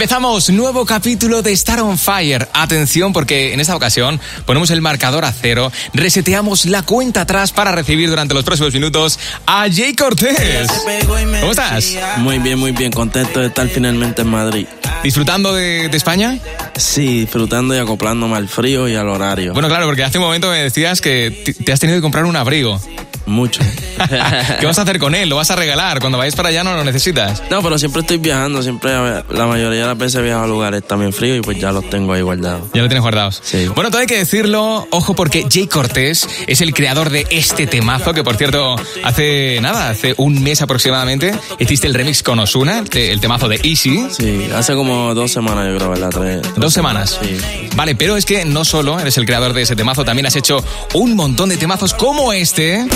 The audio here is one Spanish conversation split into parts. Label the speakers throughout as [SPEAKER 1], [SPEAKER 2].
[SPEAKER 1] Empezamos nuevo capítulo de Star on Fire. Atención porque en esta ocasión ponemos el marcador a cero, reseteamos la cuenta atrás para recibir durante los próximos minutos a Jay Cortés. ¿Cómo estás?
[SPEAKER 2] Muy bien, muy bien. Contento de estar finalmente en Madrid.
[SPEAKER 1] ¿Disfrutando de, de España?
[SPEAKER 2] Sí, disfrutando y acoplándome al frío y al horario.
[SPEAKER 1] Bueno, claro, porque hace un momento me decías que te- te has tenido que comprar un abrigo.
[SPEAKER 2] Mucho.
[SPEAKER 1] ¿Qué vas a hacer con él? ¿Lo vas a regalar? Cuando vayas para allá no lo necesitas.
[SPEAKER 2] No, pero siempre estoy viajando, siempre a- la mayoría de las veces viajo a lugares también fríos y pues ya los tengo ahí guardados.
[SPEAKER 1] Ya lo tienes guardados.
[SPEAKER 2] Sí.
[SPEAKER 1] Bueno, todo hay que decirlo, ojo, porque Jay Cortés es el creador de este temazo, que por cierto, hace nada, hace un mes aproximadamente, hiciste el remix con Osuna, el, te- el temazo de Easy.
[SPEAKER 2] Sí, hace como dos semanas yo creo, ¿verdad? Tres- tres
[SPEAKER 1] Dos semanas.
[SPEAKER 2] Sí.
[SPEAKER 1] Vale, pero es que no solo eres el creador de ese temazo, también has hecho un montón de temazos como este,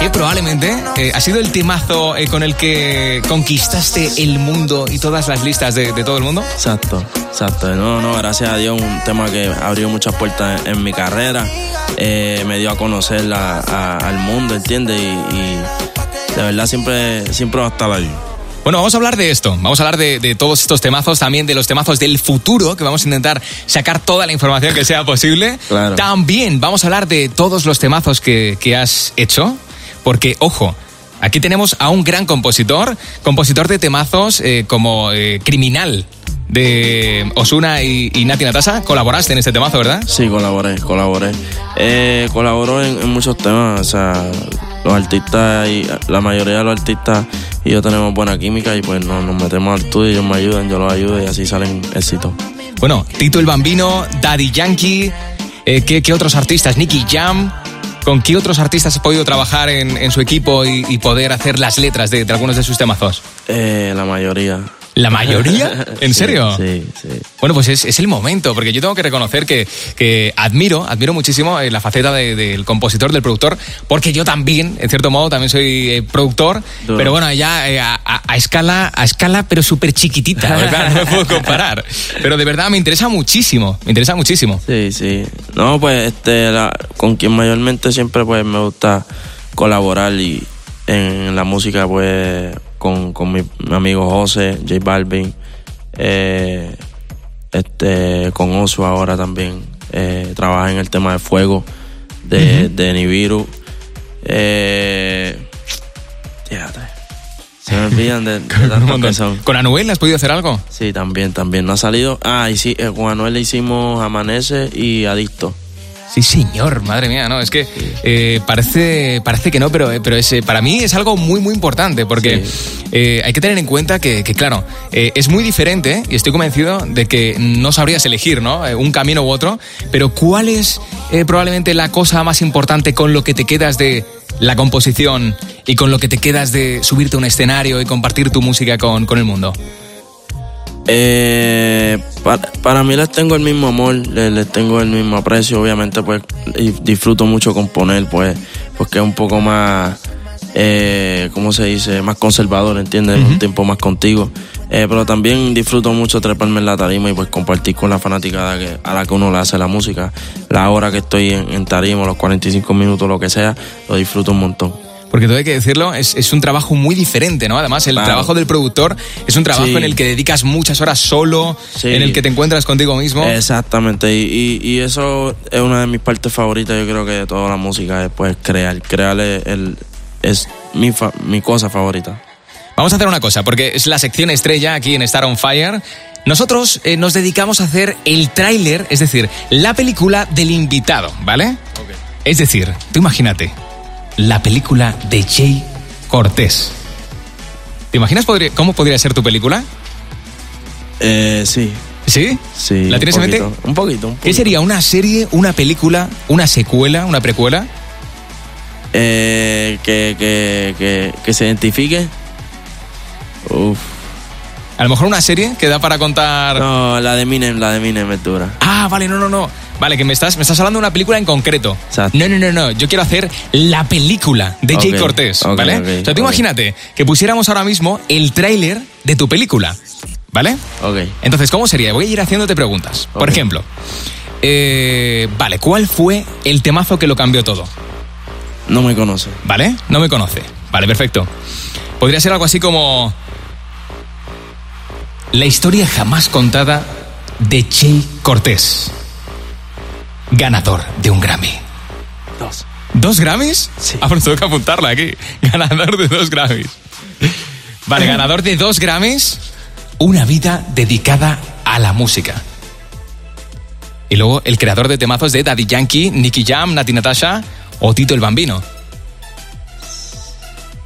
[SPEAKER 1] que probablemente eh, ha sido el temazo eh, con el que conquistaste el mundo y todas las listas de- de todo el mundo.
[SPEAKER 2] Exacto, exacto. No, no, gracias a Dios, un tema que abrió muchas puertas en, en mi carrera, eh, me dio a conocer la- a- al mundo, ¿entiendes? Y, y de verdad siempre, siempre va a estar ahí.
[SPEAKER 1] Bueno, vamos a hablar de esto. Vamos a hablar de, de todos estos temazos, también de los temazos del futuro, que vamos a intentar sacar toda la información que sea posible.
[SPEAKER 2] Claro.
[SPEAKER 1] También vamos a hablar de todos los temazos que, que has hecho, porque, ojo, aquí tenemos a un gran compositor, compositor de temazos eh, como eh, Criminal de Osuna y, y Nati Natasa. Colaboraste en este temazo, ¿verdad?
[SPEAKER 2] Sí, colaboré, colaboré. Eh, colaboró en, en muchos temas, o sea, los artistas y la mayoría de los artistas y yo tenemos buena química y pues no, nos metemos al estudio, ellos me ayudan, yo los ayudo y así salen éxitos.
[SPEAKER 1] Bueno, Tito el Bambino, Daddy Yankee, eh, ¿qué, qué otros artistas? Nicky Jam. ¿Con qué otros artistas has podido trabajar en, en su equipo y, y poder hacer las letras de, de algunos de sus temazos?
[SPEAKER 2] Eh, la mayoría.
[SPEAKER 1] ¿La mayoría? ¿En
[SPEAKER 2] Sí,
[SPEAKER 1] serio?
[SPEAKER 2] Sí, sí.
[SPEAKER 1] Bueno, pues es, es el momento, porque yo tengo que reconocer que, que admiro, admiro muchísimo eh, la faceta de- del compositor, del productor, porque yo también, en cierto modo, también soy eh, productor,
[SPEAKER 2] Duro.
[SPEAKER 1] pero bueno, ya eh, a, a- a escala, a escala, pero súper chiquitita, porque, claro, no me puedo comparar. Pero de verdad me interesa muchísimo, me interesa muchísimo.
[SPEAKER 2] Sí, sí. No, pues este, la- con quien mayormente siempre pues me gusta colaborar y en la música pues con, con mi, mi amigo José, J Balvin, eh, este, con Osu ahora también. eh, trabaja en el tema de fuego de, de Nibiru. Eh, fíjate, se me olvidan de, de
[SPEAKER 1] Un
[SPEAKER 2] tantos que
[SPEAKER 1] montón.
[SPEAKER 2] son.
[SPEAKER 1] ¿Con Anuel has podido hacer algo?
[SPEAKER 2] Sí, también, también. No ha salido. Ah, y sí, eh, con Anuel le hicimos Amanece y Adicto.
[SPEAKER 1] Sí, señor, madre mía, no, es que eh, parece, parece que no, pero, eh, pero es, eh, para mí es algo muy, muy importante, porque eh, hay que tener en cuenta que, que, claro, eh, es muy diferente y estoy convencido de que no sabrías elegir, ¿no? Eh, un camino u otro, pero ¿cuál es eh, probablemente la cosa más importante con lo que te quedas de la composición y con lo que te quedas de subirte a un escenario y compartir tu música con, con el mundo?
[SPEAKER 2] Eh, para, para mí les tengo el mismo amor, les, les tengo el mismo aprecio, obviamente pues y disfruto mucho componer, pues, porque es un poco más, eh, ¿cómo se dice? Más conservador, ¿entiendes? Un tiempo más contigo. Eh, pero también disfruto mucho treparme en la tarima y pues compartir con la fanaticada que, a la que uno le hace la música. La hora que estoy en, en tarima, los 45 minutos, lo que sea, lo disfruto un montón.
[SPEAKER 1] Porque todo hay que decirlo, es, es un trabajo muy diferente, ¿no? Además, el
[SPEAKER 2] Claro.
[SPEAKER 1] trabajo del productor es un trabajo
[SPEAKER 2] Sí.
[SPEAKER 1] en el que dedicas muchas horas solo,
[SPEAKER 2] Sí.
[SPEAKER 1] en el que te encuentras contigo mismo.
[SPEAKER 2] Exactamente, y, y- y eso es una de mis partes favoritas, yo creo que de toda la música, es pues crear. Crear es, el- es mi, fa- mi cosa favorita.
[SPEAKER 1] Vamos a hacer una cosa, porque es la sección estrella aquí en Star on Fire. Nosotros eh, nos dedicamos a hacer el tráiler, es decir, la película del invitado, ¿vale? Es decir, tú imagínate, la película de Jay Cortés. ¿Te imaginas podri- cómo podría ser tu película?
[SPEAKER 2] Eh, sí,
[SPEAKER 1] ¿Sí?
[SPEAKER 2] sí.
[SPEAKER 1] ¿La tienes
[SPEAKER 2] un
[SPEAKER 1] en mente?
[SPEAKER 2] poquito, Un poquito, un
[SPEAKER 1] ¿Qué
[SPEAKER 2] poquito.
[SPEAKER 1] sería? ¿Una serie, una película, una secuela, una precuela?
[SPEAKER 2] Eh, que, que, que, que se identifique. Uf.
[SPEAKER 1] A lo mejor una serie que da para contar.
[SPEAKER 2] No, la de Minem, la de Minem es dura.
[SPEAKER 1] Ah, vale, no, no, no. Vale, que me estás, me estás hablando de una película en concreto.
[SPEAKER 2] Exacto.
[SPEAKER 1] No, no, no, no. Yo quiero hacer la película de Jay
[SPEAKER 2] Ok,
[SPEAKER 1] Cortés,
[SPEAKER 2] ok,
[SPEAKER 1] ¿vale?
[SPEAKER 2] ok,
[SPEAKER 1] o sea, tú
[SPEAKER 2] ok.
[SPEAKER 1] imagínate que pusiéramos ahora mismo el tráiler de tu película, ¿vale?
[SPEAKER 2] Ok.
[SPEAKER 1] Entonces, ¿cómo sería? Voy a ir haciéndote preguntas. Por
[SPEAKER 2] Ok.
[SPEAKER 1] ejemplo, eh, vale, ¿cuál fue el temazo que lo cambió todo?
[SPEAKER 2] No me conoce.
[SPEAKER 1] ¿Vale? No me conoce. Vale, perfecto. Podría ser algo así como. La historia jamás contada de Che Cortés, ganador de un Grammy.
[SPEAKER 2] Dos.
[SPEAKER 1] ¿Dos Grammys?
[SPEAKER 2] Sí.
[SPEAKER 1] Ah, pues tengo que apuntarla aquí. Ganador de dos Grammys. Vale, ganador de dos Grammys, una vida dedicada a la música. Y luego el creador de temazos de Daddy Yankee, Nicky Jam, Nati Natasha o Tito el Bambino.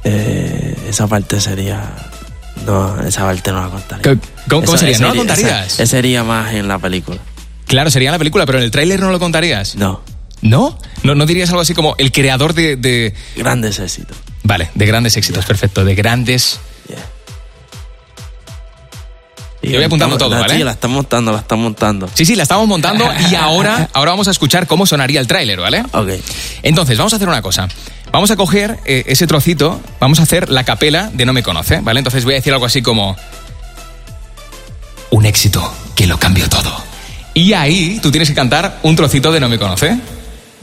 [SPEAKER 2] Eh, esa parte sería. No, esa parte no la contaría.
[SPEAKER 1] ¿Cómo- cómo sería? ¿No la contarías?
[SPEAKER 2] esa- esa sería más en la película.
[SPEAKER 1] Claro, sería en la película, pero en el tráiler no lo contarías.
[SPEAKER 2] No.
[SPEAKER 1] ¿No? ¿No, no dirías algo así como el creador de, de-
[SPEAKER 2] Grandes éxitos.
[SPEAKER 1] Vale, de grandes éxitos, perfecto, de grandes...
[SPEAKER 2] Yeah.
[SPEAKER 1] Yo voy apuntando
[SPEAKER 2] estamos-
[SPEAKER 1] todo,
[SPEAKER 2] la-
[SPEAKER 1] ¿vale?
[SPEAKER 2] Sí, la está montando, la está montando.
[SPEAKER 1] Sí, sí, la estamos montando y ahora, ahora vamos a escuchar cómo sonaría el tráiler, ¿vale?
[SPEAKER 2] Ok.
[SPEAKER 1] Entonces, vamos a hacer una cosa. Vamos a coger eh, ese trocito, vamos a hacer la capela de No me conoce, ¿vale? Entonces voy a decir algo así como... Un éxito que lo cambió todo. Y ahí tú tienes que cantar un trocito de No me conoce,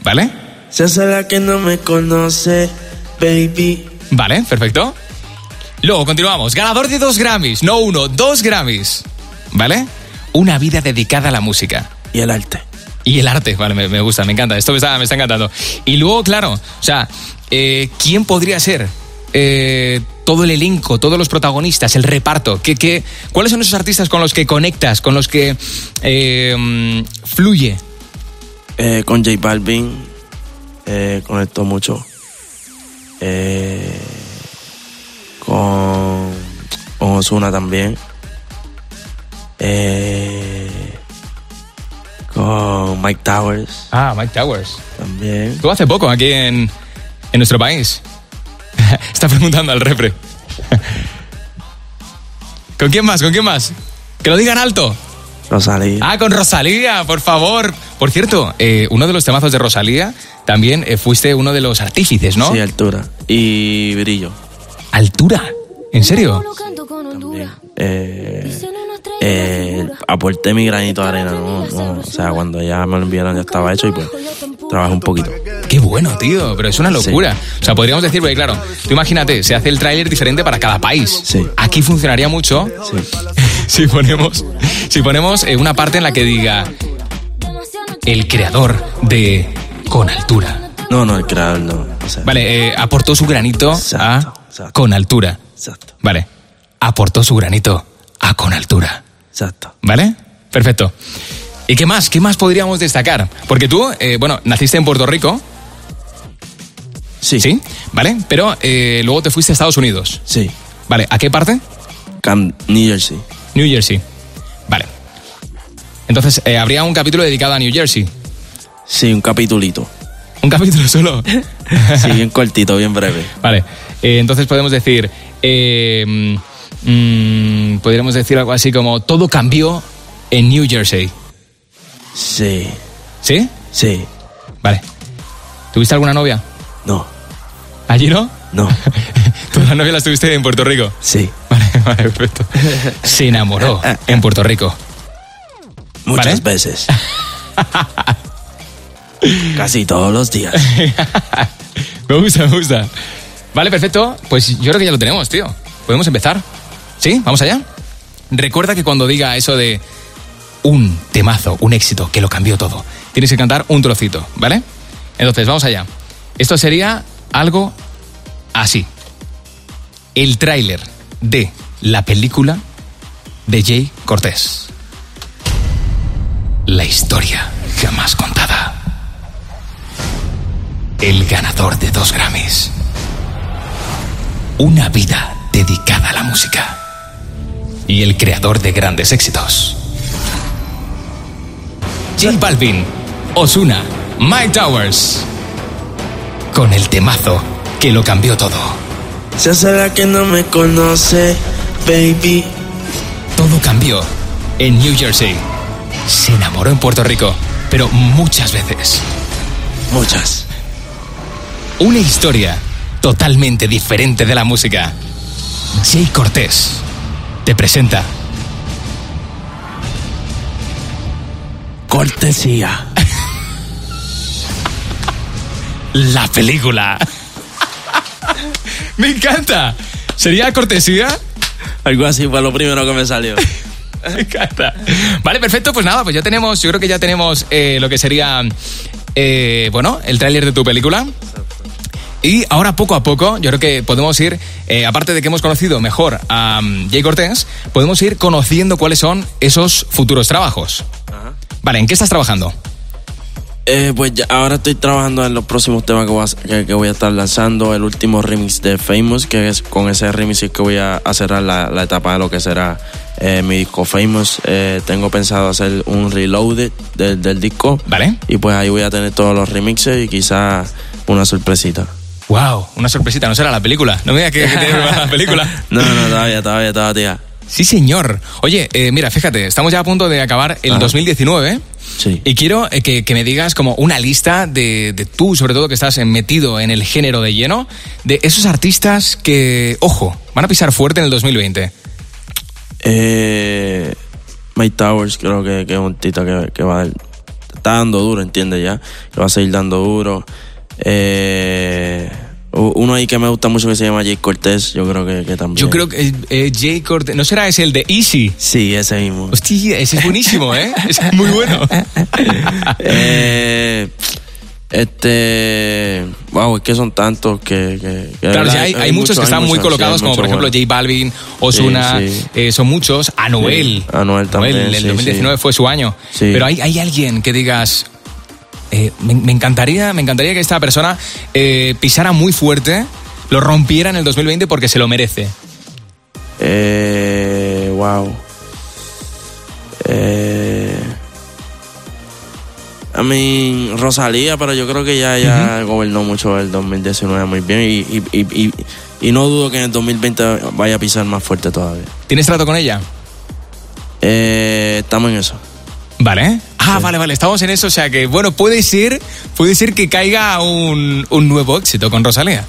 [SPEAKER 1] ¿vale?
[SPEAKER 2] Se hace la que no me conoce, baby.
[SPEAKER 1] Vale, perfecto. Luego continuamos. Ganador de dos Grammys, no uno, dos Grammys. ¿Vale? Una vida dedicada a la música.
[SPEAKER 2] Y el arte.
[SPEAKER 1] Y el arte, vale, me, me gusta, me encanta. Esto me está, me está encantando. Y luego, claro, o sea, eh, ¿quién podría ser? Eh, todo el elenco, todos los protagonistas, el reparto. ¿Qué, qué, ¿Cuáles son esos artistas con los que conectas, con los que eh, mm, fluye?
[SPEAKER 2] Eh, con J Balvin eh, conectó mucho. Eh, con con Ozuna también. Eh, con Mike Towers
[SPEAKER 1] Ah, Mike Towers.
[SPEAKER 2] también.
[SPEAKER 1] Estuvo hace poco aquí en, en nuestro país. Está preguntando al repre. ¿Con quién más? ¿Con quién más? Que lo digan alto.
[SPEAKER 2] Rosalía.
[SPEAKER 1] Ah, con Rosalía, por favor. Por cierto, eh, uno de los temazos de Rosalía también eh, fuiste uno de los artífices, ¿no?
[SPEAKER 2] Sí, altura. Y brillo.
[SPEAKER 1] Altura. ¿En serio?
[SPEAKER 2] también.
[SPEAKER 3] También.
[SPEAKER 2] Eh, eh,
[SPEAKER 3] Eh,
[SPEAKER 2] aporté mi granito de arena, ¿no? No, O sea, cuando ya me lo enviaron ya estaba hecho y pues trabajé un poquito.
[SPEAKER 1] Qué bueno, tío, pero es una locura. O sea, podríamos decir, porque claro, tú imagínate, se hace el tráiler diferente para cada país.
[SPEAKER 2] Sí.
[SPEAKER 1] Aquí funcionaría mucho si ponemos, si ponemos eh, una parte en la que diga el creador de Con Altura.
[SPEAKER 2] No, no, el creador no. o sea,
[SPEAKER 1] Vale, eh, aportó su granito
[SPEAKER 2] Exacto,
[SPEAKER 1] a
[SPEAKER 2] exacto.
[SPEAKER 1] Con Altura.
[SPEAKER 2] Exacto,
[SPEAKER 1] Vale, aportó su granito a Con Altura.
[SPEAKER 2] exacto.
[SPEAKER 1] ¿Vale? Perfecto. ¿Y qué más? ¿Qué más podríamos destacar? Porque tú, eh, bueno, naciste en Puerto Rico,
[SPEAKER 2] Sí.
[SPEAKER 1] ¿sí? ¿Vale? Pero eh, luego te fuiste a Estados Unidos.
[SPEAKER 2] Sí.
[SPEAKER 1] ¿Vale? ¿A qué parte?
[SPEAKER 2] Cam- New Jersey.
[SPEAKER 1] New Jersey. Vale. Entonces, eh, habría un capítulo dedicado a New Jersey.
[SPEAKER 2] Sí, un capitulito.
[SPEAKER 1] Un capítulo solo.
[SPEAKER 2] Sí, bien cortito, bien breve.
[SPEAKER 1] Vale. Eh, entonces podemos decir. eh, mm, mm, podríamos decir algo así como: todo cambió en New Jersey.
[SPEAKER 2] Sí,
[SPEAKER 1] ¿Sí?
[SPEAKER 2] sí.
[SPEAKER 1] Vale. ¿Tuviste alguna novia?
[SPEAKER 2] No,
[SPEAKER 1] ¿Allí no?
[SPEAKER 2] no,
[SPEAKER 1] Tú la novia la estuviste en Puerto Rico.
[SPEAKER 2] sí.
[SPEAKER 1] Vale, vale, perfecto. Se enamoró en Puerto Rico.
[SPEAKER 2] Muchas
[SPEAKER 1] ¿Vale?
[SPEAKER 2] veces. Casi todos los días.
[SPEAKER 1] Me gusta, me gusta. Vale, perfecto. Pues yo creo que ya lo tenemos, tío. ¿Podemos empezar? ¿Sí? ¿Vamos allá? Recuerda que cuando diga eso de un temazo, un éxito que lo cambió todo, tienes que cantar un trocito, ¿vale? Entonces, vamos allá. Esto sería algo así. El tráiler de la película de Jay Cortés. La historia jamás contada. El ganador de dos Grammys. Una vida dedicada a la música. Y el creador de grandes éxitos. J Balvin, Osuna, Mike Towers. Con el temazo que lo cambió todo.
[SPEAKER 2] Se hace la que no me conoce, baby.
[SPEAKER 1] Todo cambió en New Jersey. Se enamoró en Puerto Rico, pero muchas veces.
[SPEAKER 2] Muchas.
[SPEAKER 1] Una historia totalmente diferente de la música. Jay Cortés te presenta
[SPEAKER 2] Cortesía.
[SPEAKER 1] la película. ¡Me encanta! ¿Sería cortesía?
[SPEAKER 2] Algo así fue lo primero que me salió.
[SPEAKER 1] Me encanta. Vale, perfecto. Pues nada, pues ya tenemos, yo creo que ya tenemos eh, lo que sería, eh, bueno, el tráiler de tu película. Y ahora poco a poco, yo creo que podemos ir, eh, aparte de que hemos conocido mejor a um, Jay Cortés, podemos ir conociendo cuáles son esos futuros trabajos.
[SPEAKER 2] Ajá.
[SPEAKER 1] Vale, ¿en qué estás trabajando?
[SPEAKER 2] Eh, pues ya, ahora estoy trabajando en los próximos temas que voy, a, que, que voy a estar lanzando. El último remix de Famous, que es con ese remix es que voy a, a cerrar la, la, etapa de lo que será eh, mi disco Famous. Eh, tengo pensado hacer un reloaded del, del disco.
[SPEAKER 1] Vale.
[SPEAKER 2] Y pues ahí voy a tener todos los remixes y quizás una sorpresita.
[SPEAKER 1] ¡Wow! Una sorpresita, no será la película. No me digas que, que te la película.
[SPEAKER 2] no, no, todavía, todavía, todavía.
[SPEAKER 1] Sí, señor. Oye, eh, mira, fíjate, estamos ya a punto de acabar el Ajá. 2019.
[SPEAKER 2] Sí.
[SPEAKER 1] Y quiero eh, que, que, me digas como una lista de, de, tú, sobre todo que estás metido en el género de lleno, de esos artistas que, ojo, van a pisar fuerte en el 2020.
[SPEAKER 2] Eh, Mike Towers creo que, que es un tita que, que, va a, está dando duro, entiende ya, que va a seguir dando duro. Eh, uno ahí que me gusta mucho que se llama Jake Cortés, yo creo que, que también.
[SPEAKER 1] Yo creo que eh, Jake Cortés, ¿no será ese el de Easy?
[SPEAKER 2] Sí, ese mismo.
[SPEAKER 1] Hostia, ese es buenísimo, ¿eh? es muy bueno.
[SPEAKER 2] eh, este. Wow, es que son tantos que. que, que
[SPEAKER 1] claro, verdad, Eh, hay, hay, hay, muchos, muchos que están muchos, muy colocados, sí, como por ejemplo bueno. J Balvin, Osuna, sí, sí. eh, son muchos. Anuel.
[SPEAKER 2] Anuel también.
[SPEAKER 1] Anuel, el 2019 fue su año. Pero hay, hay alguien que digas, eh, me, me, encantaría, me encantaría que esta persona eh, pisara muy fuerte, lo rompiera en el 2020 porque se lo merece.
[SPEAKER 2] Eh, wow. Eh, a mí, Rosalía, pero yo creo que ya, ya uh -huh. gobernó mucho el 2019 muy bien y, y, y, y, no dudo que en el 2020 vaya a pisar más fuerte todavía. Eh,
[SPEAKER 1] ¿Tienes trato con ella?
[SPEAKER 2] estamos en eso.
[SPEAKER 1] Vale. Ah, sí. vale, vale, estamos en eso. O sea que, bueno, puede ser, puede ser que caiga un, un nuevo éxito con Rosalía.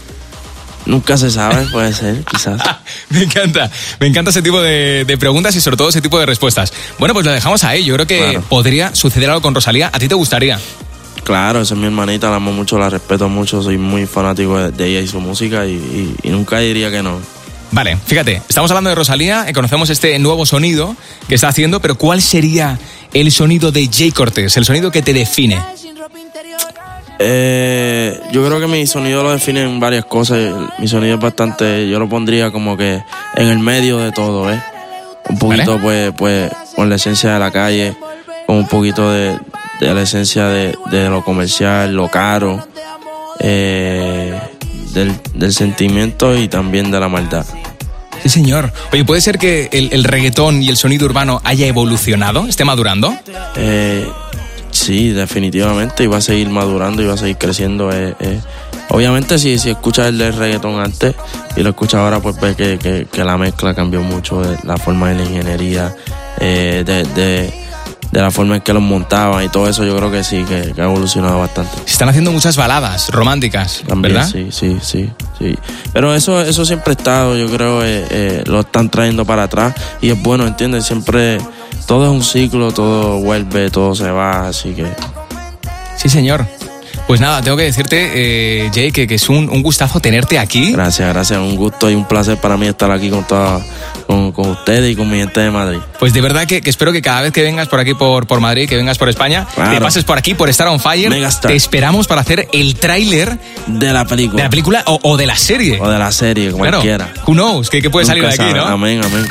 [SPEAKER 2] Nunca se sabe, puede ser, quizás.
[SPEAKER 1] me encanta, me encanta ese tipo de, de, preguntas y sobre todo ese tipo de respuestas. Bueno, pues lo dejamos ahí. Yo creo que claro. podría suceder algo con Rosalía. ¿A ti te gustaría?
[SPEAKER 2] Claro, esa es mi hermanita, la amo mucho, la respeto mucho, soy muy fanático de, de ella y su música y, y, y nunca diría que no.
[SPEAKER 1] Vale, fíjate, estamos hablando de Rosalía, conocemos este nuevo sonido que está haciendo, pero ¿cuál sería el sonido de Jay Cortés, el sonido que te define?
[SPEAKER 2] Eh, yo creo que mi sonido lo define en varias cosas. Mi sonido es bastante, yo lo pondría como que en el medio de todo, ¿eh? Un poquito, ¿Vale? pues, pues, con la esencia de la calle, con un poquito de, de la esencia de, de, lo comercial, lo caro. Eh, del, del, sentimiento y también de la maldad.
[SPEAKER 1] Sí, señor. Oye, ¿puede ser que el, el reggaetón y el sonido urbano haya evolucionado, esté madurando?
[SPEAKER 2] Eh, sí, definitivamente, y va a seguir madurando y va a seguir creciendo. Eh, eh. Obviamente, si, si escuchas el reggaetón antes y lo escuchas ahora, pues ves que, que, que la mezcla cambió mucho, eh, la forma de la ingeniería, eh, de, de de la forma en que los montaban y todo eso, yo creo que sí, que, que ha evolucionado bastante.
[SPEAKER 1] Se están haciendo muchas baladas románticas,
[SPEAKER 2] También,
[SPEAKER 1] ¿verdad?
[SPEAKER 2] Sí, sí, sí, sí. Pero eso, eso siempre ha estado, yo creo, eh, eh, lo están trayendo para atrás y es bueno, ¿entiendes? Siempre todo es un ciclo, todo vuelve, todo se va, así que...
[SPEAKER 1] Sí, señor. Pues nada, tengo que decirte, eh, Jay, que, que es un, un, gustazo tenerte aquí.
[SPEAKER 2] Gracias, gracias. Un gusto y un placer para mí estar aquí con, toda, con, con ustedes y con mi gente de Madrid.
[SPEAKER 1] Pues de verdad que, que, espero que cada vez que vengas por aquí, por, por Madrid, que vengas por España, claro. te pases por aquí, por Star on Fire.
[SPEAKER 2] Megastar.
[SPEAKER 1] Te esperamos para hacer el tráiler
[SPEAKER 2] de la película.
[SPEAKER 1] De la película o, o, de la serie.
[SPEAKER 2] O de la serie, como claro, quiera.
[SPEAKER 1] Who knows, que, que puede Nunca salir de aquí,
[SPEAKER 2] sabe.
[SPEAKER 1] ¿no?
[SPEAKER 2] Amén, amén.